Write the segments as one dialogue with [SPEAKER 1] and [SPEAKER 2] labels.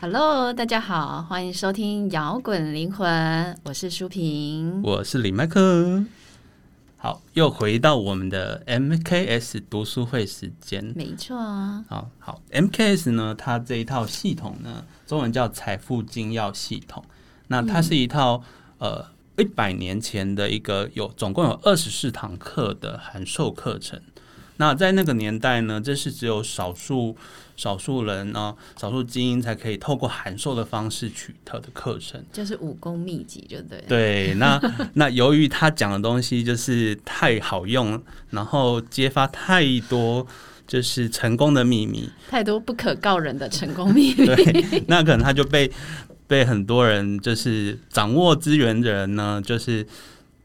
[SPEAKER 1] Hello，大家好，欢迎收听《摇滚灵魂》，我是舒平。
[SPEAKER 2] 我是李麦克。好，又回到我们的 MKS 读书会时间。
[SPEAKER 1] 没错啊，
[SPEAKER 2] 好好，MKS 呢，它这一套系统呢，中文叫财富精要系统。那它是一套、呃一百年前的一个有总共有二十四堂课的函授课程。那在那个年代呢，这是只有少数少数人啊、少数精英才可以透过函授的方式取得的课程。
[SPEAKER 1] 就是武功秘籍，就对了。
[SPEAKER 2] 对，那 那由于他讲的东西就是太好用，然后揭发太多就是成功的秘密，
[SPEAKER 1] 太多不可告人的成功秘 密。
[SPEAKER 2] 对，那可能他就被被很多人就是掌握资源的人呢，就是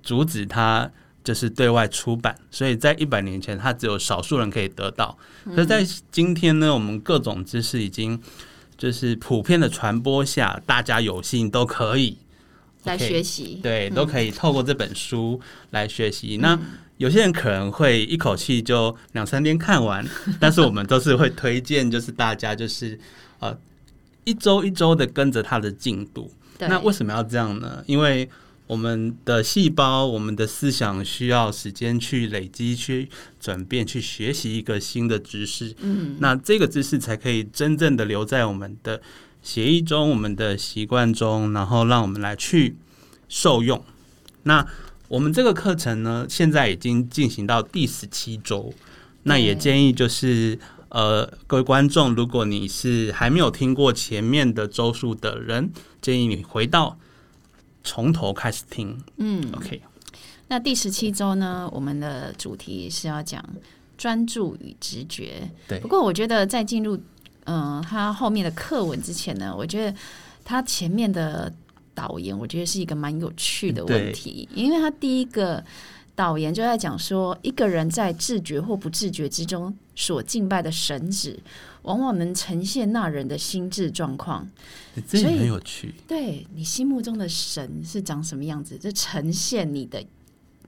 [SPEAKER 2] 阻止他。就是对外出版，所以在一百年前，他只有少数人可以得到。可是在今天呢，我们各种知识已经就是普遍的传播下，大家有幸都可以
[SPEAKER 1] 来
[SPEAKER 2] OK
[SPEAKER 1] 学习，
[SPEAKER 2] 对，都可以透过这本书来学习。那有些人可能会一口气就两三天看完，但是我们都是会推荐，就是大家就是呃一周一周的跟着它的进度。
[SPEAKER 1] 对，
[SPEAKER 2] 那为什么要这样呢？因为我们的细胞、我们的思想需要时间去累积、去转变、去学习一个新的知识。嗯，那这个知识才可以真正的留在我们的协议中、我们的习惯中，然后让我们来去受用。那我们这个课程呢，现在已经进行到第十七周，那也
[SPEAKER 1] 对
[SPEAKER 2] 建议就是。呃，各位观众，如果你是呃还没有听过前面的周数的人，建议你回到从头开始听。
[SPEAKER 1] 嗯，
[SPEAKER 2] OK，
[SPEAKER 1] 那第十七周呢，我们的主题是要讲专注与直觉。
[SPEAKER 2] 对
[SPEAKER 1] 不过我觉得在进入嗯、呃他后面的课文之前呢，我觉得他前面的导言，我觉得是一个蛮有趣的问题，因为他第一个。导言就在讲说，一个人在自觉或不自觉之中所敬拜的神旨，往往能呈现那人的心智状况。
[SPEAKER 2] 这也
[SPEAKER 1] 所以
[SPEAKER 2] 很有趣。
[SPEAKER 1] 对你心目中的神是长什么样子，就呈现你的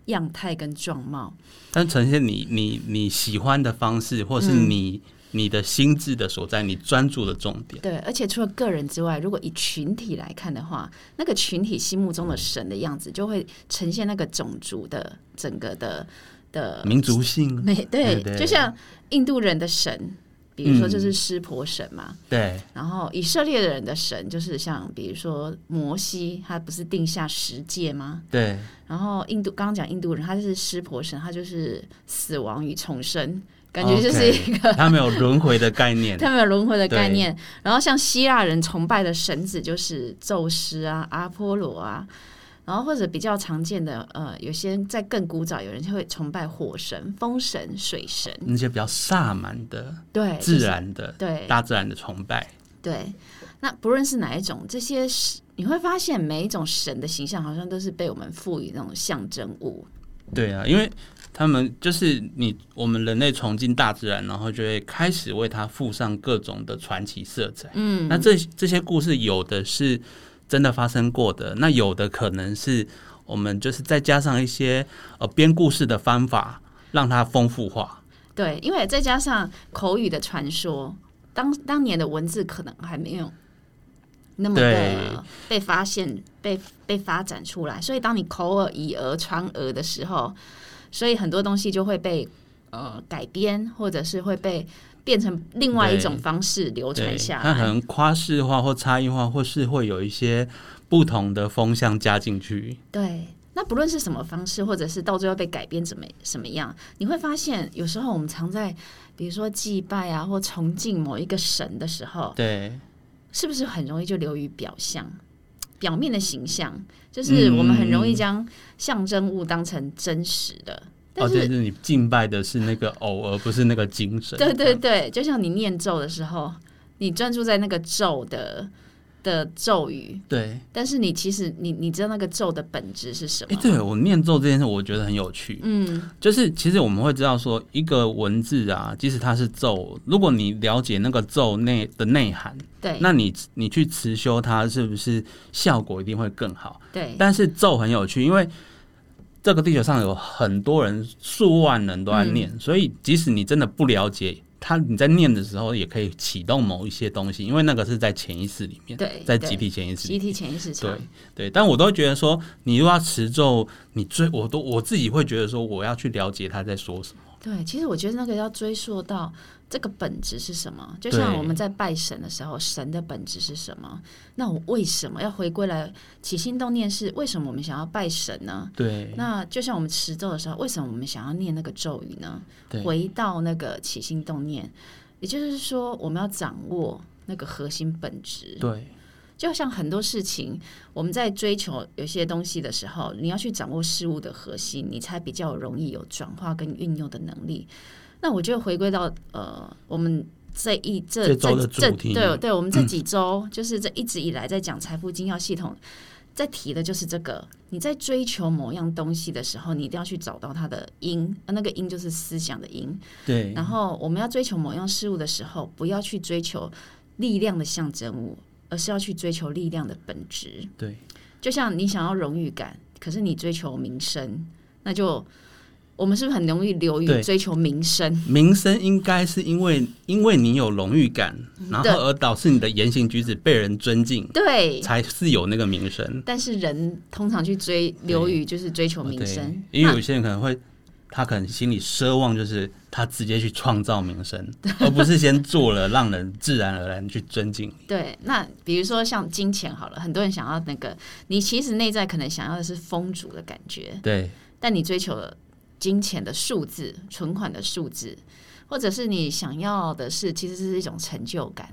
[SPEAKER 1] 样态跟状貌。
[SPEAKER 2] 但呈现你你你喜欢的方式，或是你、你的心智的所在，你专注的重点。
[SPEAKER 1] 对，而且除了个人之外，如果以群体来看的话，那个群体心目中的神的样子，就会呈现那个种族的整个的的
[SPEAKER 2] 民族性，啊
[SPEAKER 1] 美。对，
[SPEAKER 2] 对对
[SPEAKER 1] 就像印度人的神，比如说
[SPEAKER 2] 嗯
[SPEAKER 1] 就是湿婆神嘛，
[SPEAKER 2] 对
[SPEAKER 1] 然后以色列人的神就是像比如说摩西，他不是定下十诫吗？
[SPEAKER 2] 对
[SPEAKER 1] 然后印度刚刚讲印度人，他就是湿婆神，他就是死亡与重生，感觉就是一个
[SPEAKER 2] OK，他们有轮回的概念。
[SPEAKER 1] 他们有轮回的概念。然后像希腊人崇拜的神子就是宙斯啊、阿波罗啊，然后或者比较常见的呃，有些在更古早，有人就会崇拜火神、风神、水神，
[SPEAKER 2] 那些比较萨满的、
[SPEAKER 1] 对，
[SPEAKER 2] 自然的、
[SPEAKER 1] 对
[SPEAKER 2] 大自然的崇拜，
[SPEAKER 1] 对。那不论是哪一种，这些是你会发现每一种神的形象好像都是被我们赋予那种象征物，
[SPEAKER 2] 对啊，因为他们就是你，我们人类崇敬大自然，然后就会开始为它附上各种的传奇色彩。
[SPEAKER 1] 嗯，
[SPEAKER 2] 那这这些故事有的是真的发生过的，那有的可能是我们就是再加上一些呃编故事的方法，让它丰富化。
[SPEAKER 1] 对，因为再加上口语的传说，当当年的文字可能还没有那么的被发现、被被发展出来，所以当你口耳、以讹传讹的时候，所以很多东西就会被呃改编，或者是会被变成另外一种
[SPEAKER 2] 对
[SPEAKER 1] 方式流传
[SPEAKER 2] 对，
[SPEAKER 1] 下
[SPEAKER 2] 它可
[SPEAKER 1] 来。
[SPEAKER 2] 能夸饰化或差异化，或是会有一些不同的风向加进去。
[SPEAKER 1] 对，那不论是什么方式，或者是到最后被改编怎么什么样，你会发现有时候我们常在比如说祭拜啊或崇敬某一个神的时候。
[SPEAKER 2] 对，
[SPEAKER 1] 是不是很容易就流于表象、表面的形象？就是我们很容易将象征物当成真实的，但
[SPEAKER 2] 哦，
[SPEAKER 1] 是、
[SPEAKER 2] 对，就是你敬拜的是那个偶而不是那个精神。
[SPEAKER 1] 对对对，就像你念咒的时候，你专注在那个咒的的咒语，
[SPEAKER 2] 对，
[SPEAKER 1] 但是你其实你你知道那个咒的本质是什
[SPEAKER 2] 哎、
[SPEAKER 1] 么？
[SPEAKER 2] 对我念咒这件事，我觉得很有趣。
[SPEAKER 1] 嗯，
[SPEAKER 2] 就是其实我们会知道说，一个文字啊，即使它是咒，如果你了解那个咒内的内涵，
[SPEAKER 1] 对
[SPEAKER 2] 那你你去持修它，是不是效果一定会更好？
[SPEAKER 1] 对
[SPEAKER 2] 但是咒很有趣，因为
[SPEAKER 1] 嗯
[SPEAKER 2] 这个地球上有很多人，数万人都在念，所以即使你真的不了解它你在念的时候也可以启动某一些东西，因为那个是在潜意识里面，
[SPEAKER 1] 对
[SPEAKER 2] 在
[SPEAKER 1] 对
[SPEAKER 2] 集体潜意识里
[SPEAKER 1] 集
[SPEAKER 2] 面。
[SPEAKER 1] 体潜意识
[SPEAKER 2] 对
[SPEAKER 1] 场，
[SPEAKER 2] 对，但我都觉得说，你如果要持咒，你最我都我自己会觉得说，我要去了解他在说什么。
[SPEAKER 1] 对，其实我觉得那个要追溯到这个本质是什么，就
[SPEAKER 2] 对
[SPEAKER 1] 像我们在拜神的时候，神的本质是什么？那我为什么要回归来起心动念是为什么我们想要拜神呢？
[SPEAKER 2] 对，
[SPEAKER 1] 那就像我们持咒的时候，为什么我们想要念那个咒语呢
[SPEAKER 2] 对？
[SPEAKER 1] 回到那个起心动念，也就是说，我们要掌握那个核心本质。
[SPEAKER 2] 对，
[SPEAKER 1] 就像很多事情，我们在追求有些东西的时候，你要去掌握事物的核心，你才比较容易有转化跟运用的能力。那我就回归到呃，我们这一这
[SPEAKER 2] 这周的
[SPEAKER 1] 这
[SPEAKER 2] 主题
[SPEAKER 1] 对对，我们这几周、就是这一直以来在讲财富精要系统，在提的就是这个。你在追求某样东西的时候，你一定要去找到它的因，呃那个因就是思想的因。
[SPEAKER 2] 对，
[SPEAKER 1] 然后我们要追求某样事物的时候，不要去追求力量的象征物，而是要去追求力量的本质。
[SPEAKER 2] 对，
[SPEAKER 1] 就像你想要荣誉感，可是你追求名声，那就我们是不是很容易流于
[SPEAKER 2] 对
[SPEAKER 1] 追求名声？
[SPEAKER 2] 名声应该是因为因为你有荣誉感，然后
[SPEAKER 1] 对
[SPEAKER 2] 而导致你的言行举止被人尊敬，
[SPEAKER 1] 对，
[SPEAKER 2] 才是有那个名声。
[SPEAKER 1] 但是人通常去追流于就是追求名
[SPEAKER 2] 啊对
[SPEAKER 1] 声，，
[SPEAKER 2] 因为有些人可能会，他可能心里奢望就是他直接去创造名声， 而不是先做了让人自然而然去尊敬你。
[SPEAKER 1] 对，那比如说像金钱好了，很多人想要那个，你其实内在可能想要的是丰足的感觉，
[SPEAKER 2] 对，
[SPEAKER 1] 但你追求了金钱的数字、存款的数字，或者是你想要的是，其实是一种成就感，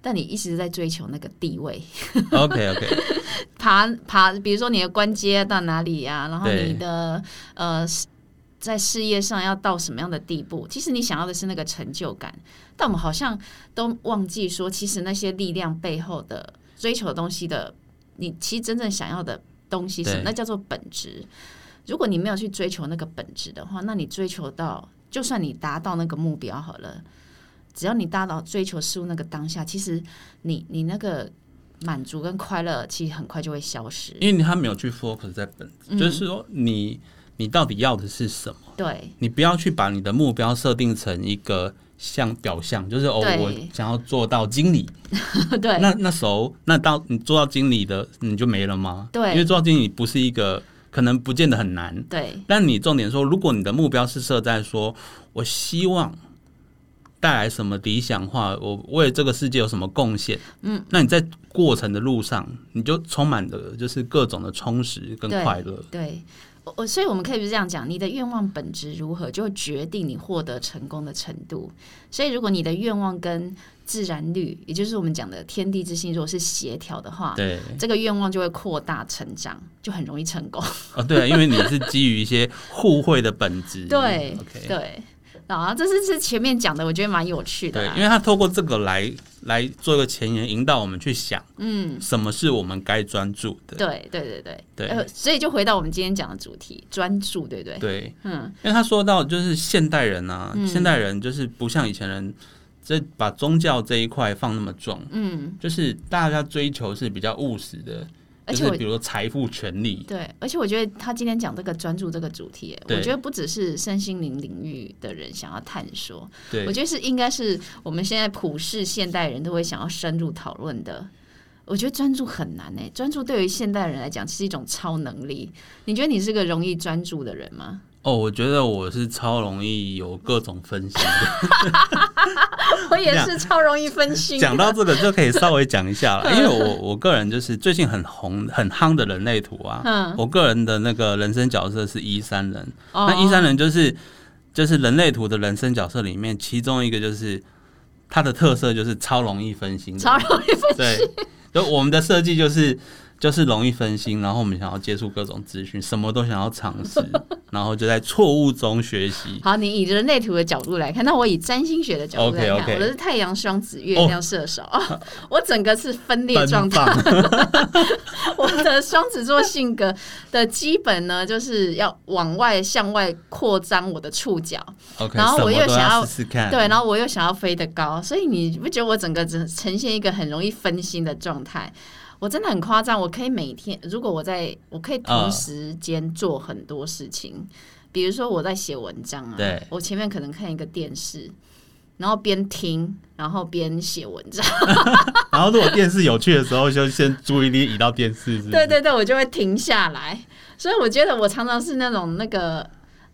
[SPEAKER 1] 但你一直在追求那个地位，
[SPEAKER 2] OK OK，
[SPEAKER 1] 爬爬，比如说你的官阶到哪里呀、然后
[SPEAKER 2] 对
[SPEAKER 1] 你的呃。在事业上要到什么样的地步？其实你想要的是那个成就感，但我们好像都忘记说，其实那些力量背后的追求的东西的，你其实真正想要的东西是什么
[SPEAKER 2] 对
[SPEAKER 1] 那叫做本质。如果你没有去追求那个本质的话，那你追求到，就算你达到那个目标好了，只要你达到追求事物那个当下，其实你你那个满足跟快乐，其实很快就会消失。
[SPEAKER 2] 因为他没有去 focus 在本质，
[SPEAKER 1] 嗯
[SPEAKER 2] 就是说你你到底要的是什么？
[SPEAKER 1] 对
[SPEAKER 2] 你不要去把你的目标设定成一个像表象，就是哦，
[SPEAKER 1] 对
[SPEAKER 2] 我想要做到经理，
[SPEAKER 1] 对
[SPEAKER 2] 那那时候那到你做到经理的你就没了吗？
[SPEAKER 1] 对
[SPEAKER 2] 因为做到经理不是一个可能不见得很难，
[SPEAKER 1] 对
[SPEAKER 2] 但你重点说，如果你的目标是设在说我希望。带来什么理想化？我为这个世界有什么贡献？嗯，那你在过程的路上，你就充满了就是各种的充实跟
[SPEAKER 1] 对
[SPEAKER 2] 快乐。
[SPEAKER 1] 对，我我所以我们可以这样讲，你的愿望本质如何，就会决定你获得成功的程度。所以，如果你的愿望跟自然律，也就是我们讲的天地之心，如果是协调的话，
[SPEAKER 2] 对，
[SPEAKER 1] 这个愿望就会扩大成长，就很容易成功。
[SPEAKER 2] 哦，对、啊，因为你是基于一些互惠的本质。
[SPEAKER 1] 对
[SPEAKER 2] 嗯，OK，
[SPEAKER 1] 对，啊，这是是前面讲的，我觉得蛮有趣的
[SPEAKER 2] 对，
[SPEAKER 1] 啦
[SPEAKER 2] 因。为他透过这个来来做一个前言，引导我们去想，嗯，什么是我们该专注的。
[SPEAKER 1] 对对对对
[SPEAKER 2] 对
[SPEAKER 1] 呃，所以就回到我们今天讲的主题，专注，对不对？
[SPEAKER 2] 对，
[SPEAKER 1] 嗯，
[SPEAKER 2] 因为他说到就是现代人啊，现代人就是不像以前人，这把宗教这一块放那么重，嗯，就是大家追求是比较务实的，
[SPEAKER 1] 而
[SPEAKER 2] 就
[SPEAKER 1] 且
[SPEAKER 2] 是
[SPEAKER 1] 我
[SPEAKER 2] 比如说财富、权利，
[SPEAKER 1] 对，而且我觉得他今天讲这个专注这个主题，我
[SPEAKER 2] 对
[SPEAKER 1] 觉得不只是身心灵领域的人想要探索，
[SPEAKER 2] 对
[SPEAKER 1] 我，觉得是应该是我们现在普世现代人都会想要深入讨论的。我觉得专注很难诶、专注对于现代人来讲是一种超能力。你觉得你是个容易专注的人 吗？
[SPEAKER 2] 哦，我觉得我是超容易有各种分 心的。
[SPEAKER 1] 我也是超容易分心的。
[SPEAKER 2] 讲到这个就可以稍微讲一下
[SPEAKER 1] 嗯
[SPEAKER 2] 了，因为我我个人就是最近很红很夯的人类图啊，
[SPEAKER 1] 嗯
[SPEAKER 2] 我个人的那个人生角色是一三人，
[SPEAKER 1] 哦
[SPEAKER 2] 那一三人就是就是人类图的人生角色里面其中一个就是它的特色就是超容易分心的，
[SPEAKER 1] 超容易分
[SPEAKER 2] 对，就我们的设计就是就是容易分心，然后我们想要接触各种资讯，什么都想要尝 试，然后就在错误中学习。
[SPEAKER 1] 好，你以人类图的角度来看，那我以占星学的角度来看
[SPEAKER 2] OK，OK
[SPEAKER 1] 我的是太阳、双子、月亮、射手啊、 我整个是分裂状
[SPEAKER 2] 奔
[SPEAKER 1] 态。
[SPEAKER 2] 放，
[SPEAKER 1] 我的双子座性格的基本呢，就是要往外向外扩张我的触角，
[SPEAKER 2] OK，
[SPEAKER 1] 然后我
[SPEAKER 2] 什么
[SPEAKER 1] 又
[SPEAKER 2] 都
[SPEAKER 1] 想要
[SPEAKER 2] 试试看，
[SPEAKER 1] 对，然后我又想要飞得高，所以你不觉得我整个只呈现一个很容易分心的状态？我真的很夸张，我可以每天，如果我在我可以同
[SPEAKER 2] 啊
[SPEAKER 1] 时间做很多事情，比如说我在写文章啊，
[SPEAKER 2] 对
[SPEAKER 1] 我前面可能看一个电视，然后边听，然后边写文章。
[SPEAKER 2] 然后如果电视有趣的时候，就先注意力移到电视是不是
[SPEAKER 1] 对对对，我就会停下来。所以我觉得我常常是那种那个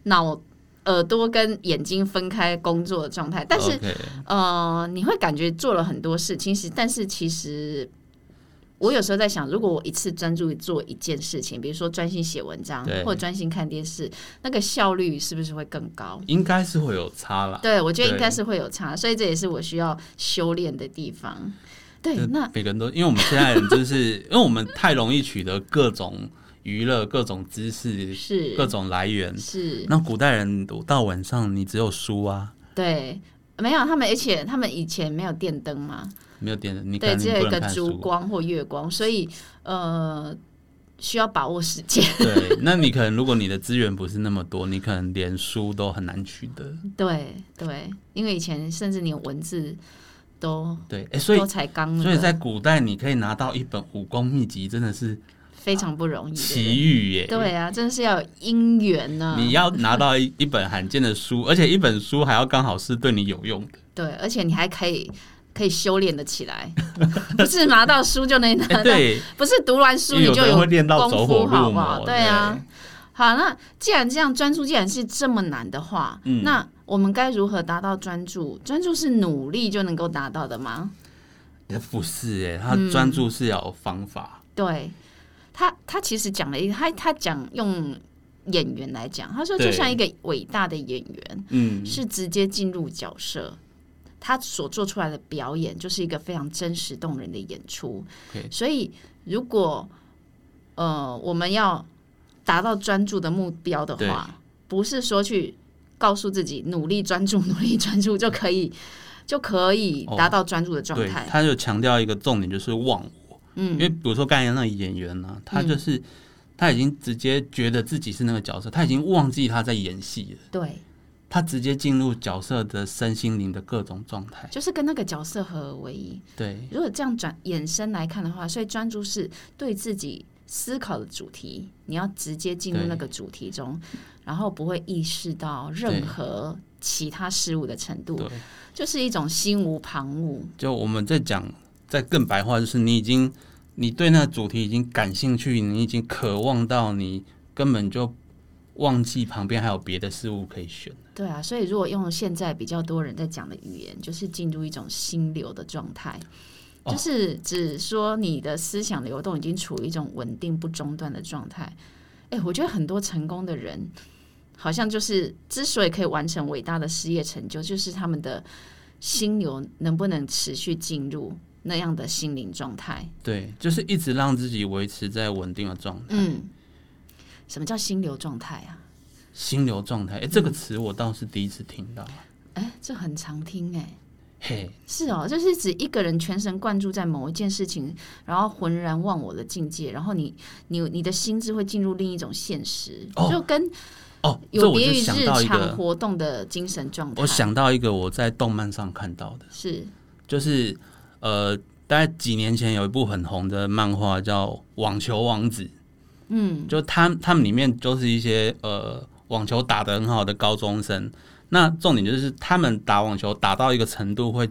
[SPEAKER 1] 脑、耳朵跟眼睛分开工作的状态，但是
[SPEAKER 2] OK
[SPEAKER 1] 呃，你会感觉做了很多事，其实但是其实。我有时候在想，如果我一次专注做一件事情，比如说专心写文章
[SPEAKER 2] 对
[SPEAKER 1] 或者专心看电视，那个效率是不是会更高？
[SPEAKER 2] 应该是会有差啦。
[SPEAKER 1] 对，我觉得应
[SPEAKER 2] 对
[SPEAKER 1] 该是会有差，所以这也是我需要修炼的地方。对，
[SPEAKER 2] 就
[SPEAKER 1] 那
[SPEAKER 2] 每个人都，因为我们现在人就是因为我们太容易取得各种娱乐、各种知识、
[SPEAKER 1] 是
[SPEAKER 2] 各种来源。
[SPEAKER 1] 是
[SPEAKER 2] 那古代人到晚上你只有书啊，
[SPEAKER 1] 对，没有他们，而且他们以前没有电灯嘛，
[SPEAKER 2] 没有电视，你
[SPEAKER 1] 对，
[SPEAKER 2] 看
[SPEAKER 1] 只
[SPEAKER 2] 你
[SPEAKER 1] 有
[SPEAKER 2] 不
[SPEAKER 1] 一个
[SPEAKER 2] 能看
[SPEAKER 1] 烛
[SPEAKER 2] 书。
[SPEAKER 1] 光或月光，所以呃，需要把握时间。
[SPEAKER 2] 对，那你可能如果你的资源不是那么多，你可能连书都很难取得。
[SPEAKER 1] 对对，因为以前甚至连文字都
[SPEAKER 2] 对，哎、所以
[SPEAKER 1] 都才刚、那
[SPEAKER 2] 所以
[SPEAKER 1] 个
[SPEAKER 2] 在古代你可以拿到一本武功秘籍，真的是
[SPEAKER 1] 非常不容易
[SPEAKER 2] 奇
[SPEAKER 1] 的。
[SPEAKER 2] 遇耶。
[SPEAKER 1] 对啊，真的是要有姻缘啊呢、
[SPEAKER 2] 你要拿到一一本罕见的书，而且一本书还要刚好是对你有 用的。
[SPEAKER 1] 对，而且你还可以可以修炼的起来， 不是拿到书就能拿
[SPEAKER 2] 哎、
[SPEAKER 1] 到，
[SPEAKER 2] 对，
[SPEAKER 1] 不是读完书
[SPEAKER 2] 因为
[SPEAKER 1] 你
[SPEAKER 2] 有
[SPEAKER 1] 就
[SPEAKER 2] 的人会练到
[SPEAKER 1] 功
[SPEAKER 2] 走火
[SPEAKER 1] 夫，好
[SPEAKER 2] 入
[SPEAKER 1] 不好？
[SPEAKER 2] 魔。
[SPEAKER 1] 对啊。好，那既然这样，专注既然是这么难的话，
[SPEAKER 2] 嗯
[SPEAKER 1] 那我们该如何达到专注？专注是努力就能够达到的吗？
[SPEAKER 2] 对，不是哎、他
[SPEAKER 1] 嗯
[SPEAKER 2] 专注是要有方法。
[SPEAKER 1] 对他，他其实讲了一，他他讲用演员来讲，他说
[SPEAKER 2] 对
[SPEAKER 1] 就像一个伟大的演员，
[SPEAKER 2] 嗯，
[SPEAKER 1] 是直接进入角色。他所做出来的表演就是一个非常真实动人的演出
[SPEAKER 2] OK
[SPEAKER 1] 所以如果呃我们要达到专注的目标的
[SPEAKER 2] 对
[SPEAKER 1] 话，不是说去告诉自己努力专注、努 力专注就可以就可以
[SPEAKER 2] 哦
[SPEAKER 1] 达到专注的状
[SPEAKER 2] 对
[SPEAKER 1] 态，。
[SPEAKER 2] 他就强调一个重点，就是忘我。
[SPEAKER 1] 嗯
[SPEAKER 2] 因为比如说刚才那个演员呢、他就是、他已经直接觉得自己是那个角色，他已经忘记他在演戏了，
[SPEAKER 1] 对，
[SPEAKER 2] 他直接进入角色的身心灵的各种状态。
[SPEAKER 1] 就是跟那个角色合而为一。
[SPEAKER 2] 对，
[SPEAKER 1] 如果这样转衍生来看的话，所以专注是对自己思考的主题，你要直接进入
[SPEAKER 2] 对
[SPEAKER 1] 那个主题中，然后不会意识到任何其他事物的程度
[SPEAKER 2] 对，
[SPEAKER 1] 就是一种心无旁骛。
[SPEAKER 2] 就我们在讲，在更白话，就是你已经你对那个主题已经感兴趣，你已经渴望到你根本就忘记旁边还有别的事物可以选。
[SPEAKER 1] 对啊，所以如果用现在比较多人在讲的语言，就是进入一种心流的状态。
[SPEAKER 2] 哦
[SPEAKER 1] 就是指说你的思想流动已经处于一种稳定不中断的状态。哎、我觉得很多成功的人，好像就是之所以可以完成伟大的事业成就，就是他们的心流能不能持续进入那样的心灵状态。
[SPEAKER 2] 对，就是一直让自己维持在稳定的状态。
[SPEAKER 1] 嗯，什么叫心流状态啊？
[SPEAKER 2] 心流状态，哎、这个词我倒是第一次听到。
[SPEAKER 1] 哎、这很常听哎、
[SPEAKER 2] 嘿，
[SPEAKER 1] 是
[SPEAKER 2] 嗯
[SPEAKER 1] 哦，就是指一个人全神贯注在某一件事情，然后浑然忘我的境界，然后你你你的心智会进入另一种现实，
[SPEAKER 2] 哦
[SPEAKER 1] 就跟
[SPEAKER 2] 哦，这
[SPEAKER 1] 有
[SPEAKER 2] 我
[SPEAKER 1] 别
[SPEAKER 2] 就
[SPEAKER 1] 于
[SPEAKER 2] 想
[SPEAKER 1] 日
[SPEAKER 2] 到一
[SPEAKER 1] 常
[SPEAKER 2] 个，
[SPEAKER 1] 活动的精神状态。
[SPEAKER 2] 我想到一个我在动漫上看到的，
[SPEAKER 1] 是
[SPEAKER 2] 就是呃，大概几年前有一部很红的漫画叫《网球王子》，
[SPEAKER 1] 嗯，
[SPEAKER 2] 就他他们里面就是一些呃网球打得很好的高中生，那重点就是他们打网球打到一个程度会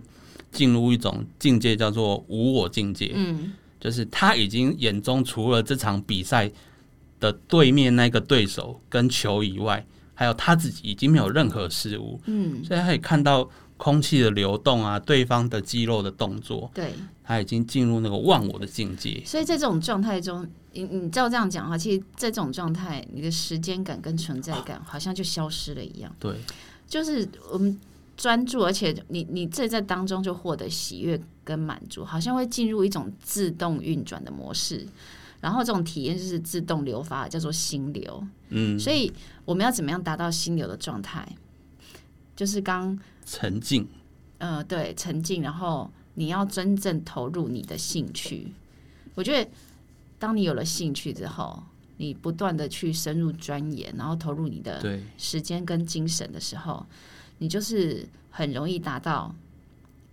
[SPEAKER 2] 进入一种境界，叫做无我境界。
[SPEAKER 1] 嗯
[SPEAKER 2] 就是他已经眼中除了这场比赛的对面那个对手跟球以外，还有他自己已经没有任何事物，
[SPEAKER 1] 嗯，
[SPEAKER 2] 所以他可以看到空气的流动啊，对方的肌肉的动作，
[SPEAKER 1] 对，
[SPEAKER 2] 他已经进入那个忘我的境界。
[SPEAKER 1] 所以在这种状态中，你你照这样讲的话，其实在这种状态，你的时间感跟存在感好像就消失了一样。
[SPEAKER 2] 对，
[SPEAKER 1] 就是我们专注，而且你你这在当中就获得喜悦跟满足，好像会进入一种自动运转的模式。然后这种体验就是自动流发，叫做心流。
[SPEAKER 2] 嗯，
[SPEAKER 1] 所以我们要怎么样达到心流的状态？就是刚
[SPEAKER 2] 沉浸，
[SPEAKER 1] 呃，对，沉浸，然后你要真正投入你的兴趣。我觉得，当你有了兴趣之后，你不断的去深入钻研，然后投入你的
[SPEAKER 2] 对，
[SPEAKER 1] 时间跟精神的时候，你就是很容易达到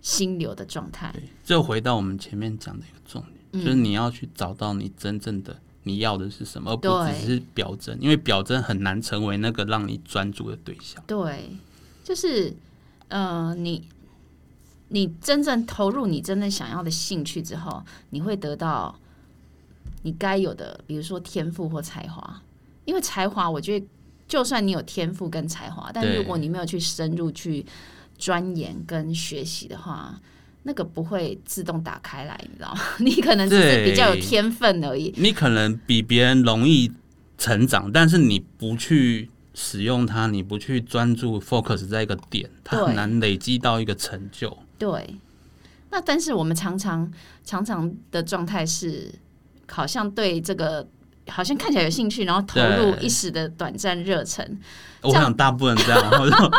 [SPEAKER 1] 心流的状态。
[SPEAKER 2] 对，这回到我们前面讲的一个重点，
[SPEAKER 1] 嗯
[SPEAKER 2] 就是你要去找到你真正的。你要的是什么，而不
[SPEAKER 1] 对
[SPEAKER 2] 只是表征，因为表征很难成为那个让你专注的对象。
[SPEAKER 1] 对，就是呃，你你真正投入你真正想要的兴趣之后，你会得到你该有的，比如说天赋或才华。因为才华，我觉得就算你有天赋跟才华，但
[SPEAKER 2] 对
[SPEAKER 1] 如果你没有去深入去钻研跟学习的话，那个不会自动打开来，你知道吗？ 你可能只是比较有
[SPEAKER 2] 对
[SPEAKER 1] 天分而已。
[SPEAKER 2] 你可能比别人容易成长，但是你不去使用它，你不去专注 focus 在一个点，它
[SPEAKER 1] 对
[SPEAKER 2] 很难累积到一个成就。
[SPEAKER 1] 对，那但是我们常常常常的状态是，好像对这个好像看起来有兴趣，然后投入
[SPEAKER 2] 对
[SPEAKER 1] 一时的短暂热忱，
[SPEAKER 2] 我
[SPEAKER 1] 这样
[SPEAKER 2] 想大部分人这样，或者说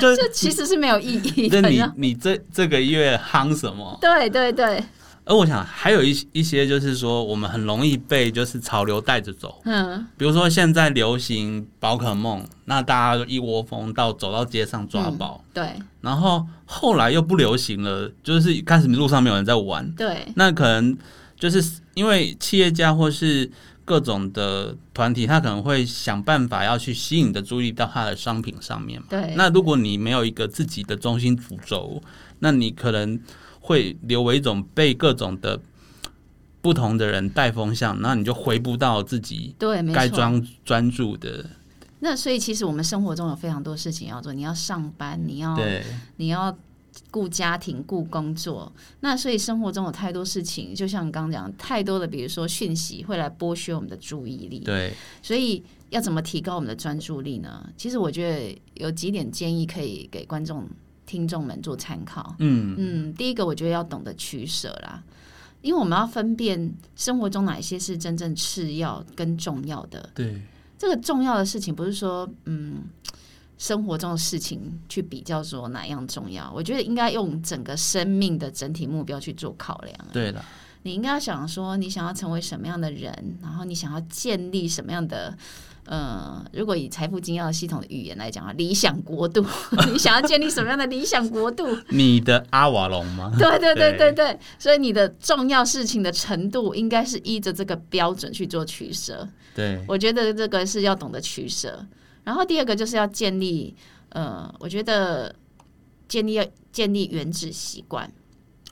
[SPEAKER 2] 就是
[SPEAKER 1] 这啊其实是没有意义的
[SPEAKER 2] 那。
[SPEAKER 1] 你
[SPEAKER 2] 你
[SPEAKER 1] 知道
[SPEAKER 2] 你这这个月夯什么？
[SPEAKER 1] 对对对，
[SPEAKER 2] 而我想还有一些一些就是说，我们很容易被就是潮流带着走。
[SPEAKER 1] 嗯，
[SPEAKER 2] 比如说现在流行宝可梦，那大家就一窝蜂到走到街上抓宝，
[SPEAKER 1] 对
[SPEAKER 2] 然后后来又不流行了，就是开始路上没有人在玩，
[SPEAKER 1] 对
[SPEAKER 2] 那可能就是因为企业家或是各种的团体，他可能会想办法要去吸引你的注意到他的商品上面嘛。
[SPEAKER 1] 对，
[SPEAKER 2] 那如果你没有一个自己的中心主轴，那你可能会留为一种被各种的不同的人带风向，那你就回不到自己
[SPEAKER 1] 对哎没
[SPEAKER 2] 该
[SPEAKER 1] 错。
[SPEAKER 2] 专专注的。
[SPEAKER 1] 那所以其实我们生活中有非常多事情要做，你要上班，你要
[SPEAKER 2] 对，
[SPEAKER 1] 你要顾家庭、顾工作，那所以生活中有太多事情，就像你刚刚讲，太多的比如说讯息会来剥削我们的注意力。
[SPEAKER 2] 对，
[SPEAKER 1] 所以要怎么提高我们的专注力呢？其实我觉得有几点建议可以给观众、听众们做参考。
[SPEAKER 2] 嗯，
[SPEAKER 1] 嗯，第一个我觉得要懂得取舍啦，因为我们要分辨生活中哪些是真正次要跟重要的。
[SPEAKER 2] 对，
[SPEAKER 1] 这个重要的事情不是说嗯。生活中的事情去比较说哪样重要，我觉得应该用整个生命的整体目标去做考量。
[SPEAKER 2] 对了，
[SPEAKER 1] 你应该要想说，你想要成为什么样的人，然后你想要建立什么样的，呃，如果以财富经要系统的语言来讲啊，理想国度， 你想要建立什么样的理想国 度？
[SPEAKER 2] 你的阿瓦隆吗？
[SPEAKER 1] 对对对对
[SPEAKER 2] 啊对
[SPEAKER 1] 对，所以你的重要事情的程度应该是依着这个标准去做取舍。
[SPEAKER 2] 对，
[SPEAKER 1] 我觉得这个是要懂得取舍。然后第二个就是要建立，呃，我觉得建立要建立原子习惯，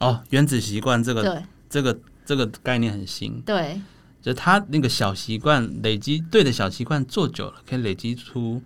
[SPEAKER 2] 哦，原子习惯这个
[SPEAKER 1] 对
[SPEAKER 2] 这个这个概念很新，
[SPEAKER 1] 对
[SPEAKER 2] 就他那个小习惯累积，对的小习惯做久了，可以累积出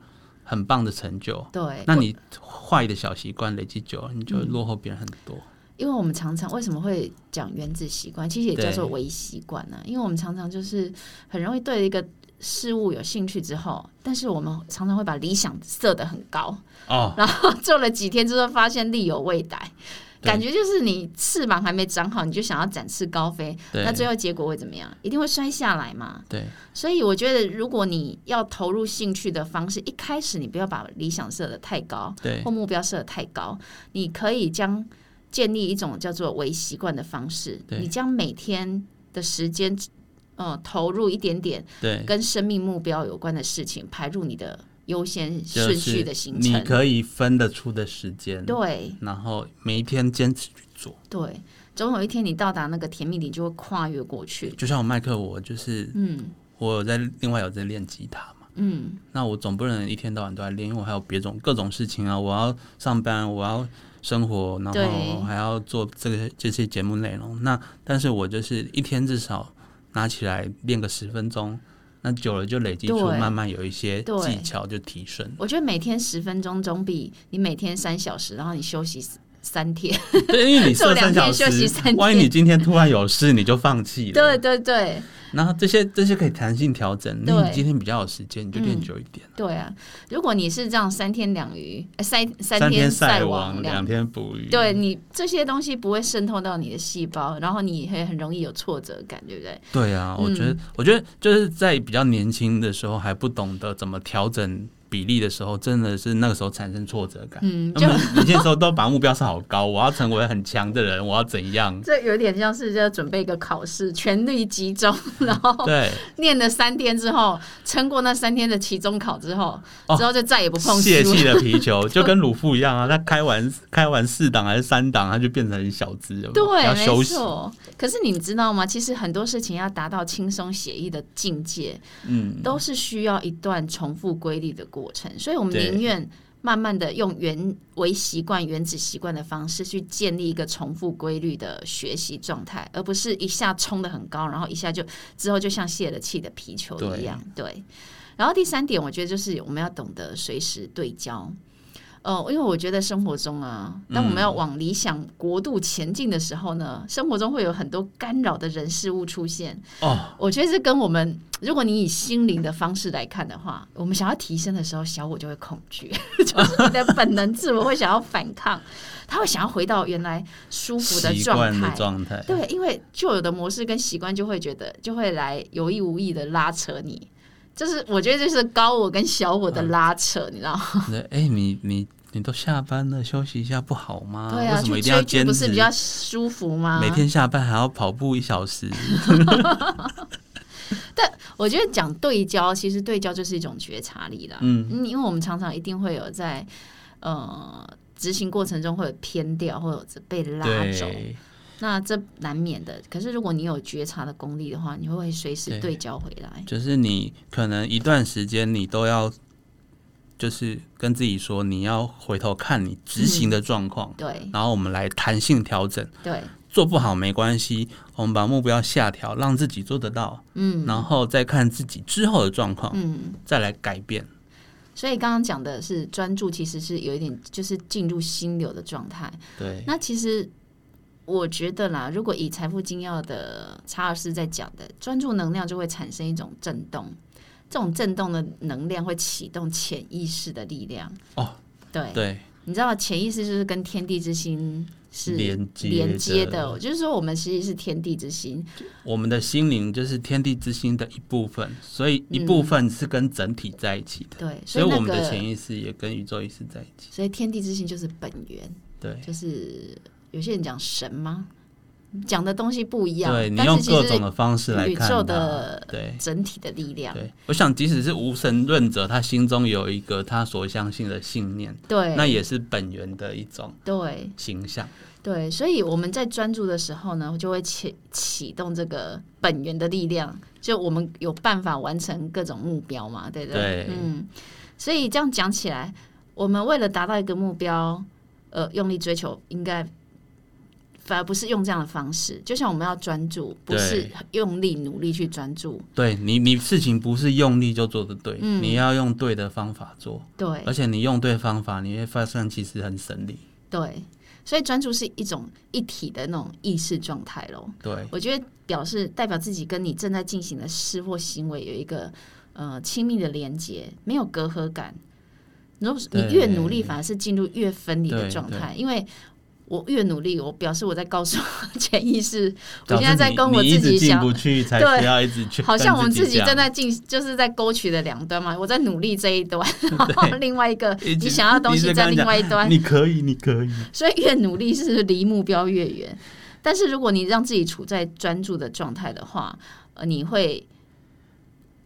[SPEAKER 2] 很棒的成就。
[SPEAKER 1] 对。
[SPEAKER 2] 那你坏的小习惯累积久了，你就会落后别人很多。
[SPEAKER 1] 因为我们常常为什么会讲原子习惯，其实也叫做微习惯呢、因为我们常常就是很容易对一个事物有兴趣之后，但是我们常常会把理想设得很高，
[SPEAKER 2] 哦，
[SPEAKER 1] 然后做了几天之后发现力有未逮，
[SPEAKER 2] 对
[SPEAKER 1] 感觉就是你翅膀还没长好，你就想要展翅高飞，
[SPEAKER 2] 对
[SPEAKER 1] 那最后结果会怎么样？一定会摔下来嘛。
[SPEAKER 2] 对
[SPEAKER 1] 所以我觉得，如果你要投入兴趣的方式，一开始你不要把理想设得太高，
[SPEAKER 2] 对
[SPEAKER 1] 或目标设得太高，你可以将建立一种叫做微习惯的方式，
[SPEAKER 2] 对
[SPEAKER 1] 你将每天的时间，呃，投入一点点
[SPEAKER 2] 对，
[SPEAKER 1] 跟生命目标有关的事情，排入你的优先
[SPEAKER 2] 就
[SPEAKER 1] 顺序
[SPEAKER 2] 是
[SPEAKER 1] 的行
[SPEAKER 2] 你
[SPEAKER 1] 程。
[SPEAKER 2] 可以分得出的时间，
[SPEAKER 1] 对
[SPEAKER 2] 然后每一天坚持去做。
[SPEAKER 1] 对，总有一天你到达那个甜蜜点，就会跨越过去。
[SPEAKER 2] 就像我麦克，我就是
[SPEAKER 1] 嗯
[SPEAKER 2] 我有在另外有在练吉他嘛，
[SPEAKER 1] 嗯，
[SPEAKER 2] 那我总不能一天到晚都在练，因为我还有别种各种事情啊，我要上班，我要生活，然
[SPEAKER 1] 对
[SPEAKER 2] 后还要做这个这些节目内容。那但是我就是一天至少拿起来练个十分钟，那久了就累积出
[SPEAKER 1] 对
[SPEAKER 2] 慢慢有一些
[SPEAKER 1] 对
[SPEAKER 2] 技巧就提 升。
[SPEAKER 1] 我觉得每天十分钟总比你每天三小时，然后你休息三天。
[SPEAKER 2] 对，因为你
[SPEAKER 1] 做
[SPEAKER 2] 设
[SPEAKER 1] 两
[SPEAKER 2] 三
[SPEAKER 1] 天
[SPEAKER 2] 小时
[SPEAKER 1] 休息三天，
[SPEAKER 2] 万一你今天突然有事，你就放弃了。
[SPEAKER 1] 对对对。
[SPEAKER 2] 然后这些这些可以弹性调整，那
[SPEAKER 1] 对
[SPEAKER 2] 你今天比较有时间，你就练
[SPEAKER 1] 嗯
[SPEAKER 2] 久一点。
[SPEAKER 1] 对啊，如果你是这样三天两鱼，呃、三
[SPEAKER 2] 三
[SPEAKER 1] 天
[SPEAKER 2] 晒
[SPEAKER 1] 网
[SPEAKER 2] 两天捕鱼。
[SPEAKER 1] 对你这些东西不会渗透到你的细胞，然后你也很容易有挫折感，对不对？
[SPEAKER 2] 对啊，我
[SPEAKER 1] 嗯
[SPEAKER 2] 觉得，我觉得就是在比较年轻的时候还不懂得怎么调整比例的时候，真的是那个时候产生挫折感。
[SPEAKER 1] 嗯，
[SPEAKER 2] 那
[SPEAKER 1] 就？
[SPEAKER 2] 么年轻的时候都把目标设好高，我要成为很强的人，我要怎样
[SPEAKER 1] 这有点像是在准备一个考试，全力集中， 然后
[SPEAKER 2] 对，
[SPEAKER 1] 念了三天之后，撑过那三天的期中考之后，
[SPEAKER 2] 哦
[SPEAKER 1] 之后就再也不碰
[SPEAKER 2] 泄
[SPEAKER 1] 书
[SPEAKER 2] 气的皮 球就跟鲁夫一样啊，他开完开完四档还是三档，他就变成小只了，要
[SPEAKER 1] 对，
[SPEAKER 2] 休
[SPEAKER 1] 没
[SPEAKER 2] 息。
[SPEAKER 1] 错。可是你知道吗？其实很多事情要达到轻松写意的境界，
[SPEAKER 2] 嗯，
[SPEAKER 1] 都是需要一段重复规律的过程，所以我们
[SPEAKER 2] 对
[SPEAKER 1] 宁愿慢慢的用原为习惯、原子习惯的方式去建立一个重复规律的学习状态，而不是一下冲的很高，然后一下就之后就像泄了气的皮球一样。对。然后第三点，我觉得就是我们要懂得随时对焦。呃，因为我觉得生活中啊，当我们要往理想国度前进的时候呢，生活中会有很多干扰的人事物出现。
[SPEAKER 2] 哦，
[SPEAKER 1] 我觉得这跟我们，如果你以心灵的方式来看的话，我们想要提升的时候，小我就会恐惧， 就是你的本能自我会想要反抗，他会想要回到原来舒服的
[SPEAKER 2] 习
[SPEAKER 1] 状
[SPEAKER 2] 惯的
[SPEAKER 1] 态。
[SPEAKER 2] 状态，
[SPEAKER 1] 对，因为旧有的模式跟习惯就会觉得就会来有意无意的拉扯你，就是我觉得这是高我跟小我
[SPEAKER 2] 啊
[SPEAKER 1] 的拉扯，你知道吗？
[SPEAKER 2] 对，哎，你你你都下班了，休息一下不好吗？
[SPEAKER 1] 对啊，
[SPEAKER 2] 为什么
[SPEAKER 1] 去
[SPEAKER 2] 一定要
[SPEAKER 1] 追剧
[SPEAKER 2] 坚
[SPEAKER 1] 不
[SPEAKER 2] 持
[SPEAKER 1] 是？比较舒服吗？
[SPEAKER 2] 每天下班还要跑步一小时，
[SPEAKER 1] 我觉得讲对焦，其实对焦就是一种觉察力啦。
[SPEAKER 2] 嗯
[SPEAKER 1] 因为我们常常一定会有在呃执行过程中会有偏掉或者是被拉走，哎
[SPEAKER 2] 对，
[SPEAKER 1] 那这难免的。可是如果你有觉察的功力的话，你会随时对焦回来。
[SPEAKER 2] 就是你可能一段时间你都要，就是跟自己说你要回头看你执行的状况，
[SPEAKER 1] 嗯对
[SPEAKER 2] 然后我们来弹性调整，
[SPEAKER 1] 对，
[SPEAKER 2] 做不好没关系，我们把目标下调，让自己做得到，
[SPEAKER 1] 嗯
[SPEAKER 2] 然后再看自己之后的状况，
[SPEAKER 1] 嗯。
[SPEAKER 2] 再来改变。
[SPEAKER 1] 所以刚刚讲的是专注，其实是有一点就是进入心流的状态。
[SPEAKER 2] 对，
[SPEAKER 1] 那其实我觉得啦，如果以财富精要的查尔斯在讲的，专注能量就会产生一种震动，这种震动的能量会启动潜意识的力量。
[SPEAKER 2] 哦，
[SPEAKER 1] 对，
[SPEAKER 2] 对，
[SPEAKER 1] 你知道潜意识就是跟天地之心是
[SPEAKER 2] 连接
[SPEAKER 1] 连接
[SPEAKER 2] 的
[SPEAKER 1] 的，哦就是说我们其实是天地之心，
[SPEAKER 2] 我们的心灵就是天地之心的一部分，所以一部分是跟整体在一起的，
[SPEAKER 1] 对，
[SPEAKER 2] 所
[SPEAKER 1] 嗯以
[SPEAKER 2] 以
[SPEAKER 1] 那
[SPEAKER 2] 我们的
[SPEAKER 1] 个
[SPEAKER 2] 潜意识也跟宇宙意识在一起。
[SPEAKER 1] 所以天地之心就是本源，
[SPEAKER 2] 对，
[SPEAKER 1] 就是有些人讲神吗？讲的东西不一样，
[SPEAKER 2] 对你
[SPEAKER 1] 但
[SPEAKER 2] 用
[SPEAKER 1] 是其
[SPEAKER 2] 各种
[SPEAKER 1] 实
[SPEAKER 2] 的方式来
[SPEAKER 1] 宇
[SPEAKER 2] 看
[SPEAKER 1] 宙
[SPEAKER 2] 它
[SPEAKER 1] 的
[SPEAKER 2] 对。
[SPEAKER 1] 整体的力量，
[SPEAKER 2] 对，我想即使是无神论者，他心中有一个他所相信的信念，
[SPEAKER 1] 对，
[SPEAKER 2] 那也是本源的一种
[SPEAKER 1] 对。
[SPEAKER 2] 形象。
[SPEAKER 1] 对，所以我们在专注的时候呢，就会启启动这个本源的力量，就我们有办法完成各种目标嘛，对不对？
[SPEAKER 2] 对
[SPEAKER 1] 嗯，所以这样讲起来，我们为了达到一个目标，呃，用力追求，应该反而不是用这样的方式。就像我们要专注，不是
[SPEAKER 2] 对
[SPEAKER 1] 用力努力去专注，
[SPEAKER 2] 对你，你事情不是用力就做得对，
[SPEAKER 1] 嗯
[SPEAKER 2] 你要用对的方法做，
[SPEAKER 1] 对
[SPEAKER 2] 而且你用对方法，你会发现其实很省力。
[SPEAKER 1] 对，所以专注是一种一体的那种意识状态咯。
[SPEAKER 2] 对，
[SPEAKER 1] 我觉得表示代表自己跟你正在进行的事或行为有一个呃亲密的连接，没有隔阂感。如果你
[SPEAKER 2] 对
[SPEAKER 1] 越努力，反而是进入越分离的状态，因为。我越努力，我表示我在告诉潜意识，我现在在跟我
[SPEAKER 2] 表示你
[SPEAKER 1] 自
[SPEAKER 2] 你
[SPEAKER 1] 己
[SPEAKER 2] 一直进
[SPEAKER 1] 想，
[SPEAKER 2] 不 去，才
[SPEAKER 1] 对
[SPEAKER 2] 不要一直去跟自己讲。
[SPEAKER 1] 好像我们自己正在进，就是在沟渠的两端嘛。我在努力这一端，然后另外一个
[SPEAKER 2] 一直
[SPEAKER 1] 你想要的东
[SPEAKER 2] 一
[SPEAKER 1] 西
[SPEAKER 2] 直
[SPEAKER 1] 在
[SPEAKER 2] 跟他
[SPEAKER 1] 另
[SPEAKER 2] 讲
[SPEAKER 1] 外 一端，
[SPEAKER 2] 你可以，你可以。
[SPEAKER 1] 所以越努力是离目标越远。但是如果你让自己处在专注的状态的话，呃，你会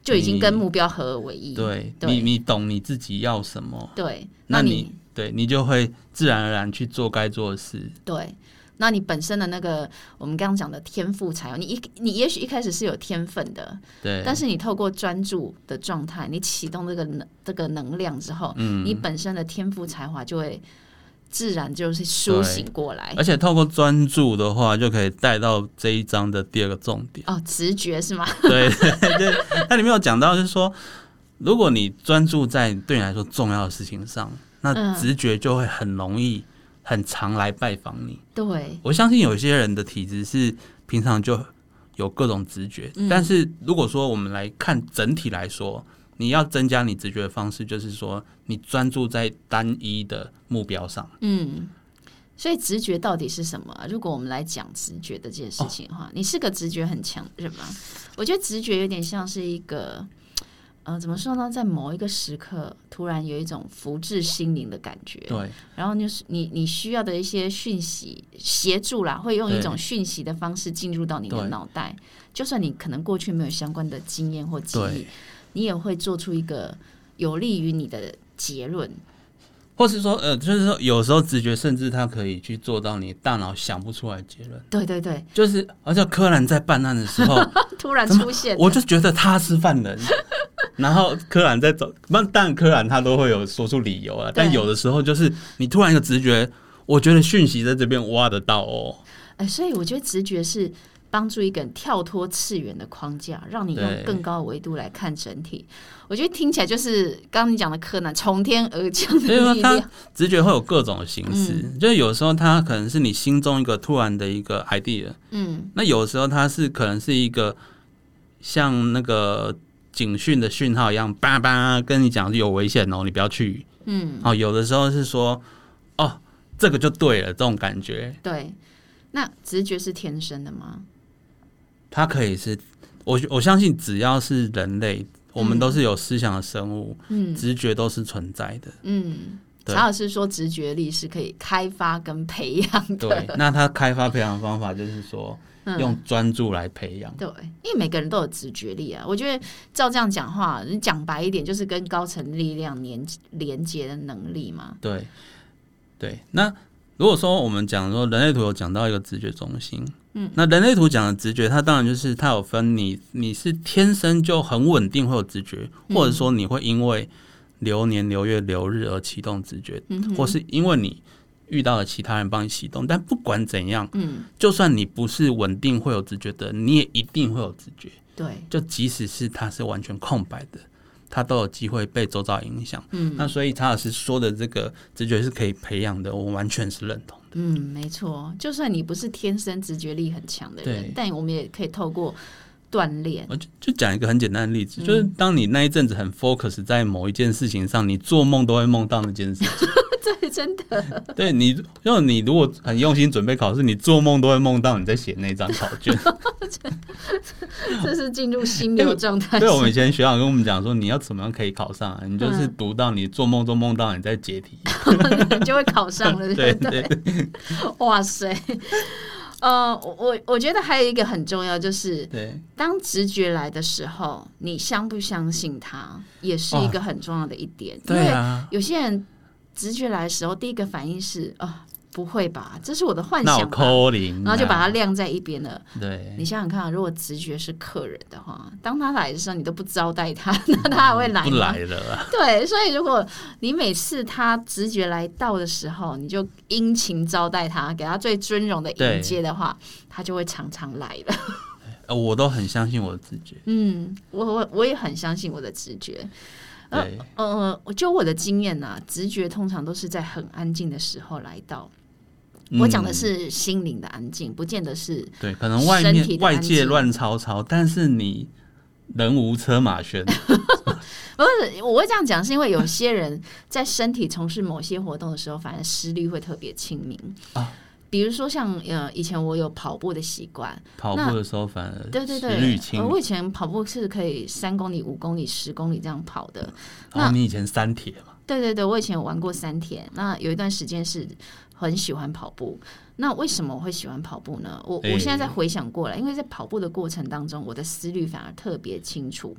[SPEAKER 1] 就已经跟
[SPEAKER 2] 你
[SPEAKER 1] 目标合二为一。
[SPEAKER 2] 对
[SPEAKER 1] 对
[SPEAKER 2] 你，你懂你自己要什么，
[SPEAKER 1] 对，
[SPEAKER 2] 那
[SPEAKER 1] 你
[SPEAKER 2] 对你就会自然而然去做该做的事。
[SPEAKER 1] 对，那你本身的那个我们刚刚讲的天赋才有，你一你也许一开始是有天分的，
[SPEAKER 2] 对，
[SPEAKER 1] 但是你透过专注的状态，你启动这个能这个能量之后，嗯、你本身的天赋才华就会自然就是苏醒过来。
[SPEAKER 2] 而且透过专注的话，就可以带到这一章的第二个重点。
[SPEAKER 1] 哦，直觉是吗？
[SPEAKER 2] 对， 对对，它里面有讲到，就是说，如果你专注在对你来说重要的事情上，那
[SPEAKER 1] 嗯
[SPEAKER 2] 直觉就会很容易、很常来拜访你。
[SPEAKER 1] 对，
[SPEAKER 2] 我相信有些人的体质是平常就有各种直觉，
[SPEAKER 1] 嗯
[SPEAKER 2] 但是如果说我们来看整体来说，你要增加你直觉的方式，就是说你专注在单一的目标上。
[SPEAKER 1] 嗯，所以直觉到底是什么啊、如果我们来讲直觉的这件事情的
[SPEAKER 2] 哦
[SPEAKER 1] 话，你是个直觉很强的人吗？我觉得直觉有点像是一个，呃，怎么说呢，在某一个时刻突然有一种福至心灵的感觉，
[SPEAKER 2] 对
[SPEAKER 1] 然后就是你你需要的一些讯息协助啦，会用一
[SPEAKER 2] 对
[SPEAKER 1] 种讯息的方式进入到你的
[SPEAKER 2] 对
[SPEAKER 1] 脑袋，就算你可能过去没有相关的经验或记忆
[SPEAKER 2] 对，，
[SPEAKER 1] 你也会做出一个有利于你的结论。
[SPEAKER 2] 或是说呃，就是说有时候直觉甚至它可以去做到你大脑想不出来的结论。
[SPEAKER 1] 对对 对，
[SPEAKER 2] 就是，而且柯南在办案的时候，
[SPEAKER 1] 突然出现，
[SPEAKER 2] 我就觉得他是犯人，然后柯南在走，那当然柯南他都会有说出理由啊，但有的时候就是你突然一个直觉，我觉得讯息在这边挖得到 哦。
[SPEAKER 1] 哎、所以我觉得直觉是帮助一个人跳脱次元的框架，让你
[SPEAKER 2] 对
[SPEAKER 1] 用更高的维度来看整体。我觉得听起来就是刚刚你讲的柯南从天而降
[SPEAKER 2] 所以
[SPEAKER 1] 的
[SPEAKER 2] 说
[SPEAKER 1] 力
[SPEAKER 2] 它
[SPEAKER 1] 量。
[SPEAKER 2] 直觉会有各种形式，就是有时候它可能是你心中一个突然的一个 idea，
[SPEAKER 1] 嗯，
[SPEAKER 2] 那有时候它是可能是一个像那个警讯的讯号一样，叭叭跟你讲有危险哦，你不要去。嗯，哦，有的时候是说，哦，这个就对了，这种感觉，
[SPEAKER 1] 对。那直觉是天生的吗？
[SPEAKER 2] 它可以是，我我相信只要是人类，我们都是有思想的生物，
[SPEAKER 1] 嗯
[SPEAKER 2] 直觉都是存在的。
[SPEAKER 1] 嗯，
[SPEAKER 2] 对
[SPEAKER 1] 查尔斯说直觉力是可以开发跟培养
[SPEAKER 2] 对
[SPEAKER 1] 的。，
[SPEAKER 2] 那它开发培养方法就是说，用专注来培养。
[SPEAKER 1] 对，因为每个人都有直觉力啊。我觉得照这样讲话，你讲白一点，就是跟高层力量连连接的能力嘛。
[SPEAKER 2] 对，对。那如果说我们讲说人类图有讲到一个直觉中心，嗯，那人类图讲的直觉，它当然就是它有分你你是天生就很稳定会有直觉，
[SPEAKER 1] 嗯
[SPEAKER 2] 或者说你会因为流年、流月、流日而启动直觉，
[SPEAKER 1] 嗯哼
[SPEAKER 2] 或是因为你。遇到了其他人帮你启动，但不管怎样，
[SPEAKER 1] 嗯，
[SPEAKER 2] 就算你不是稳定会有直觉的，你也一定会有直觉。
[SPEAKER 1] 对，
[SPEAKER 2] 就即使是它是完全空白的，它都有机会被周遭影响。
[SPEAKER 1] 嗯，
[SPEAKER 2] 那所以查尔斯说的这个直觉是可以培养的，我完全是认同。
[SPEAKER 1] 嗯，没错。就算你不是天生直觉力很强的人
[SPEAKER 2] 对，
[SPEAKER 1] 但我们也可以透过锻炼。
[SPEAKER 2] 我就就讲一个很简单的例子，
[SPEAKER 1] 嗯
[SPEAKER 2] 就是当你那一阵子很 focus 在某一件事情上，你做梦都会梦到那件 事情。
[SPEAKER 1] 对，真的，
[SPEAKER 2] 对你，因为你如果很用心准备考试，你做梦都会梦到你在写那张考 卷。
[SPEAKER 1] 这是进入心流状态。
[SPEAKER 2] 对，我们以前学长跟我们讲说，你要怎么样可以考上、啊，你
[SPEAKER 1] 嗯
[SPEAKER 2] 就是读到你做梦都梦到你在解题。
[SPEAKER 1] 你就会考上了，
[SPEAKER 2] 对
[SPEAKER 1] 对不对？哇塞！呃，我我我觉得还有一个很重要，就是
[SPEAKER 2] 对，
[SPEAKER 1] 当直觉来的时候，你相不相信它，也是一个很重要的一点。
[SPEAKER 2] 对
[SPEAKER 1] 因
[SPEAKER 2] 啊。
[SPEAKER 1] 为有些人直觉来的时候，第一个反应是啊、不会吧，这是我的幻
[SPEAKER 2] 脑嗯
[SPEAKER 1] 想吧，
[SPEAKER 2] 扣啊零，
[SPEAKER 1] 然后就把它晾在一边了。
[SPEAKER 2] 对
[SPEAKER 1] 你想想看啊，如果直觉是客人的话，当他来的时候，你都不招待他，那他还会来
[SPEAKER 2] 嗯不
[SPEAKER 1] 吗？
[SPEAKER 2] 来了啊。
[SPEAKER 1] 对，所以如果你每次他直觉来到的时候，你就殷勤招待他，给他最尊荣的
[SPEAKER 2] 对
[SPEAKER 1] 迎接的话，他就会常常来了。
[SPEAKER 2] 呃我都很相信我的直觉。
[SPEAKER 1] 嗯，我我我也很相信我的直觉。呃
[SPEAKER 2] 对，
[SPEAKER 1] 呃，我就我的经验呐、直觉通常都是在很安静的时候来到。
[SPEAKER 2] 嗯
[SPEAKER 1] 我讲的是心灵的安静，不见得是
[SPEAKER 2] 对，可能外
[SPEAKER 1] 身体
[SPEAKER 2] 面
[SPEAKER 1] 的安
[SPEAKER 2] 外
[SPEAKER 1] 静
[SPEAKER 2] 界乱嘈嘈，但是你人无车马喧，
[SPEAKER 1] 不是，我会这样讲，是因为有些人在身体从事某些活动的时候，反而思虑会特别清明
[SPEAKER 2] 啊
[SPEAKER 1] 比如说像呃，以前我有跑步的习惯，
[SPEAKER 2] 跑步的时候反而
[SPEAKER 1] 对对
[SPEAKER 2] 思虑
[SPEAKER 1] 对，
[SPEAKER 2] 轻
[SPEAKER 1] 呃。我以前跑步是可以三公里、五公里、十公里这样跑的。
[SPEAKER 2] 然后你以前三铁嘛，
[SPEAKER 1] 对对对，我以前有玩过三天，那有一段时间是很喜欢跑步。那为什么我会喜欢跑步呢？我我现在在回想过来，因为在跑步的过程当中，我的思虑反而特别清楚。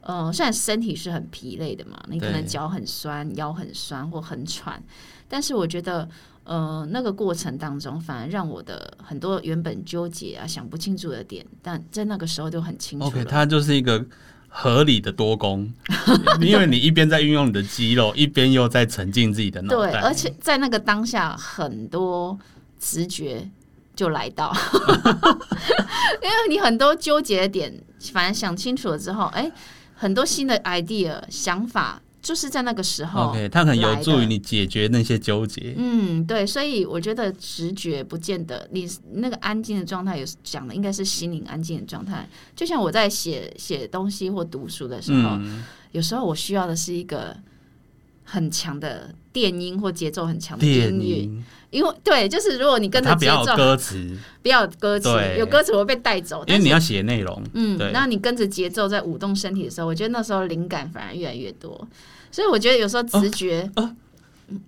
[SPEAKER 1] 呃，虽然身体是很疲累的嘛，你可能
[SPEAKER 2] 对
[SPEAKER 1] 脚很酸、腰很酸或很喘，但是我觉得，呃，那个过程当中反而让我的很多原本纠结啊、想不清楚的点，但在那个时候就很清楚了。
[SPEAKER 2] ，OK，它就是一个合理的 多功，因为你一边在运用你的肌肉，一边又在沉浸自己的脑
[SPEAKER 1] 对，
[SPEAKER 2] 袋。
[SPEAKER 1] 而且在那个当下，很多直觉就来到， 因为你很多纠结的点，反正想清楚了之后，哎、很多新的 idea 想法，就是在那个时候
[SPEAKER 2] OK，它很有
[SPEAKER 1] 来
[SPEAKER 2] 助于
[SPEAKER 1] 的
[SPEAKER 2] 你解决那些纠结。
[SPEAKER 1] 嗯，对，所以我觉得直觉不见得你那个安静的状态，有讲的应该是心灵安静的状态。就像我在写写东西或读书的时候，
[SPEAKER 2] 嗯，
[SPEAKER 1] 有时候我需要的是一个很强的电音或节奏很强的
[SPEAKER 2] 电
[SPEAKER 1] 音乐。
[SPEAKER 2] 音，
[SPEAKER 1] 因为对，就是如果你跟着
[SPEAKER 2] 它不
[SPEAKER 1] 节
[SPEAKER 2] 要有
[SPEAKER 1] 奏，
[SPEAKER 2] 歌词，
[SPEAKER 1] 不要有歌词
[SPEAKER 2] 对，
[SPEAKER 1] 有歌词我会被带走。
[SPEAKER 2] 因为
[SPEAKER 1] 但
[SPEAKER 2] 你
[SPEAKER 1] 是，
[SPEAKER 2] 要写内容。
[SPEAKER 1] 嗯
[SPEAKER 2] 对，
[SPEAKER 1] 那你跟着节奏在舞动身体的时候，我觉得那时候灵感反而越来越多。所以我觉得有时候直觉、
[SPEAKER 2] 哦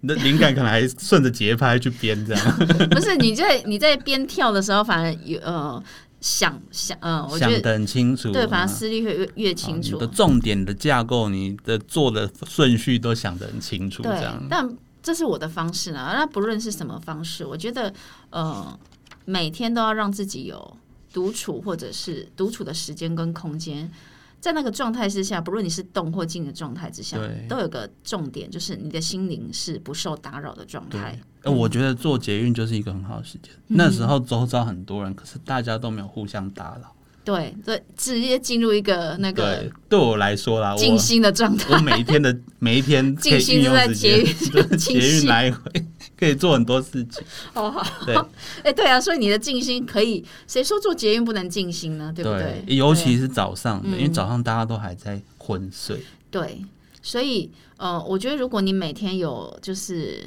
[SPEAKER 2] 那灵感可能还顺着节拍去编这样，
[SPEAKER 1] 不是你在你在边跳的时候，反而有呃想想呃， 我觉
[SPEAKER 2] 想
[SPEAKER 1] 得
[SPEAKER 2] 得很清楚，
[SPEAKER 1] 对，反而
[SPEAKER 2] 嗯
[SPEAKER 1] 思虑会越越清楚
[SPEAKER 2] 你的。重点、你的架构、你的做的顺序都想得很清楚，这
[SPEAKER 1] 对
[SPEAKER 2] 样，
[SPEAKER 1] 但这是我的方式啦。那不论是什么方式，我觉得呃，每天都要让自己有独处或者是独处的时间跟空间。在那个状态之下，不论你是动或静的状态之下
[SPEAKER 2] 对，
[SPEAKER 1] 都有个重点，就是你的心灵是不受打扰的状
[SPEAKER 2] 对
[SPEAKER 1] 态。，
[SPEAKER 2] 呃，我觉得做捷运就是一个很好的时间。
[SPEAKER 1] 嗯
[SPEAKER 2] 那时候周遭很多人，可是大家都没有互相打扰。
[SPEAKER 1] 对，对，直接进入一个那个
[SPEAKER 2] 对，对我来说啦，
[SPEAKER 1] 静
[SPEAKER 2] 我
[SPEAKER 1] 心的状态。
[SPEAKER 2] 我每一天的每一天 可
[SPEAKER 1] 静
[SPEAKER 2] 以
[SPEAKER 1] 心
[SPEAKER 2] 运
[SPEAKER 1] 是
[SPEAKER 2] 用
[SPEAKER 1] 在
[SPEAKER 2] 时
[SPEAKER 1] 捷
[SPEAKER 2] 间，
[SPEAKER 1] 运，
[SPEAKER 2] 捷
[SPEAKER 1] 静
[SPEAKER 2] 运啊
[SPEAKER 1] 心
[SPEAKER 2] 来回 可以做很多事情。
[SPEAKER 1] 哦，好，
[SPEAKER 2] 对
[SPEAKER 1] 哎、对啊，所以你的静心可以，谁说做捷运不能静心呢？对不对？
[SPEAKER 2] 尤
[SPEAKER 1] 对
[SPEAKER 2] 其是早上的，因为
[SPEAKER 1] 嗯
[SPEAKER 2] 早上大家都还在昏睡。
[SPEAKER 1] 对，所以呃，我觉得如果你每天有就是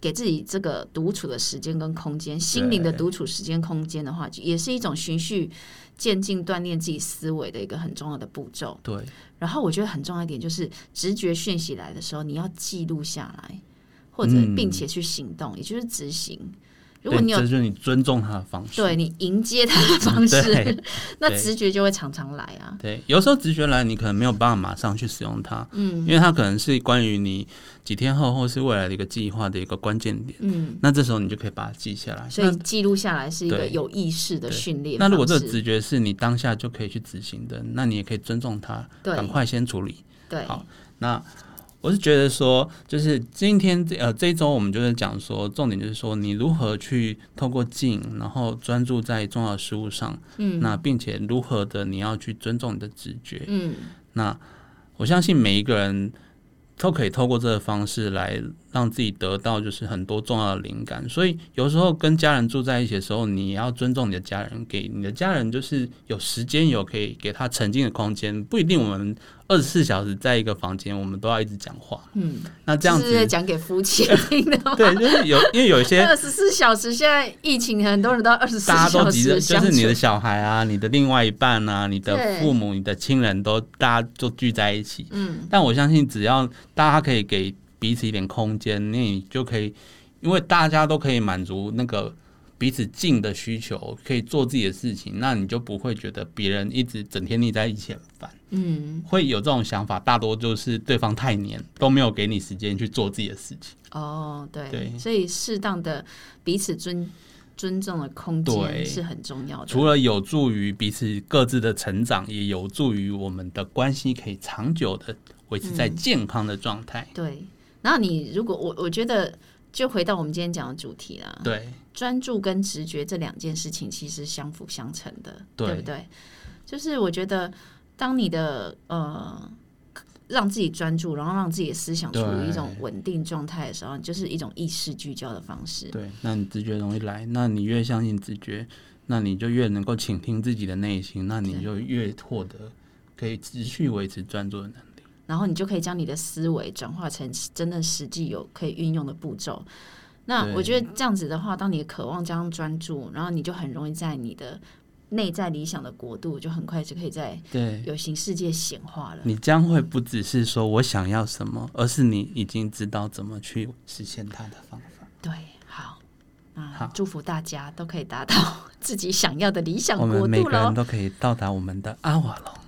[SPEAKER 1] 给自己这个独处的时间跟空间，心灵的
[SPEAKER 2] 对
[SPEAKER 1] 独处时间空间的话，就也是一种循序渐进锻炼自己思维的一个很重要的步骤。
[SPEAKER 2] 对，
[SPEAKER 1] 然后我觉得很重要一点就是，直觉讯息来的时候，你要记录下来，或者
[SPEAKER 2] 嗯
[SPEAKER 1] 并且去行动，也就是执行。如果
[SPEAKER 2] 对，
[SPEAKER 1] 你有
[SPEAKER 2] 这就是你尊重他的方式。
[SPEAKER 1] 对你迎接它的方式
[SPEAKER 2] 对，
[SPEAKER 1] 那
[SPEAKER 2] 对
[SPEAKER 1] 直觉就会常常来啊。
[SPEAKER 2] 对，有时候直觉来，你可能没有办法马上去使用它，
[SPEAKER 1] 嗯
[SPEAKER 2] 因为它可能是关于你几天后或是未来的一个计划的一个关键点。
[SPEAKER 1] 嗯，
[SPEAKER 2] 那这时候你就可以把它记下来。
[SPEAKER 1] 所以记录下来是一个
[SPEAKER 2] 对
[SPEAKER 1] 有意识的
[SPEAKER 2] 对
[SPEAKER 1] 训练
[SPEAKER 2] 那
[SPEAKER 1] 方式。
[SPEAKER 2] 如果这个直觉是你当下就可以去执行的，那你也可以尊重它，赶
[SPEAKER 1] 对
[SPEAKER 2] 快先处理。
[SPEAKER 1] 对
[SPEAKER 2] 好那我是觉得说，就是今天这呃这一周我们就是讲说，重点就是说你如何去透过静，然后专注在重要的事物上，
[SPEAKER 1] 嗯
[SPEAKER 2] 那并且如何的你要去尊重你的直觉。
[SPEAKER 1] 嗯
[SPEAKER 2] 那我相信每一个人都可以透过这个方式来让自己得到就是很多重要的灵感。所以有时候跟家人住在一起的时候，你也要尊重你的家人，给你的家人就是有时间有可以给他沉浸的空间，不一定我们二十四小时在一个房间，我们都要一直讲话。
[SPEAKER 1] 嗯，
[SPEAKER 2] 那这样
[SPEAKER 1] 是在
[SPEAKER 2] 子，
[SPEAKER 1] 讲给夫 妻听的吗？
[SPEAKER 2] 对，就是有因为有一些
[SPEAKER 1] 二十四小时，现在疫情很多人都二十四
[SPEAKER 2] 大家都
[SPEAKER 1] 小
[SPEAKER 2] 急
[SPEAKER 1] 时
[SPEAKER 2] 着，就
[SPEAKER 1] 相
[SPEAKER 2] 是你的
[SPEAKER 1] 处。
[SPEAKER 2] 小孩啊、你的另外一半啊、你的
[SPEAKER 1] 对
[SPEAKER 2] 父母、你的亲人都大家都聚在一起。
[SPEAKER 1] 嗯，
[SPEAKER 2] 但我相信，只要大家可以给彼此一点空间，那你就可以，因为大家都可以满足那个彼此静的需求，可以做自己的事情，那你就不会觉得别人一直整天腻在一起很烦。
[SPEAKER 1] 嗯，
[SPEAKER 2] 会有这种想法，大多就是对方太黏，都没有给你时间去做自己的事情。
[SPEAKER 1] 哦，对，
[SPEAKER 2] 对
[SPEAKER 1] 所以适当的彼此尊尊重的空
[SPEAKER 2] 对
[SPEAKER 1] 间是很重要的。
[SPEAKER 2] 除了有助于彼此各自的成长，也有助于我们的关系可以长久的维持在健康的状态。
[SPEAKER 1] 对，然后你如果我我觉得，就回到我们今天讲的主题啦，
[SPEAKER 2] 对
[SPEAKER 1] 专注跟直觉这两件事情其实相辅相成的，
[SPEAKER 2] 对
[SPEAKER 1] 不对？就是我觉得，当你的呃让自己专注，然后让自己的思想处于一种稳定状态的时候，就是一种意识聚焦的方式。
[SPEAKER 2] 对，那你直觉容易来，那你越相信直觉，那你就越能够倾听自己的内心，那你
[SPEAKER 1] 对
[SPEAKER 2] 就越获得可以持续维持专注的能力。
[SPEAKER 1] 然后你就可以将你的思维转化成真正实际有可以运用的步骤。那
[SPEAKER 2] 对
[SPEAKER 1] 我觉得这样子的话，当你渴望加上专注，然后你就很容易在你的内在理想的国度，就很快就可以在
[SPEAKER 2] 对，
[SPEAKER 1] 有形世界显化了。
[SPEAKER 2] 你将会不只是说我想要什么，而是你已经知道怎么去实现它的方法。
[SPEAKER 1] 对，好，啊
[SPEAKER 2] 好，
[SPEAKER 1] 祝福大家都可以达到 自己想要的理想
[SPEAKER 2] 我
[SPEAKER 1] 国
[SPEAKER 2] 们每
[SPEAKER 1] 度哦
[SPEAKER 2] 个人
[SPEAKER 1] 喽。
[SPEAKER 2] 都可以到达我们的阿瓦隆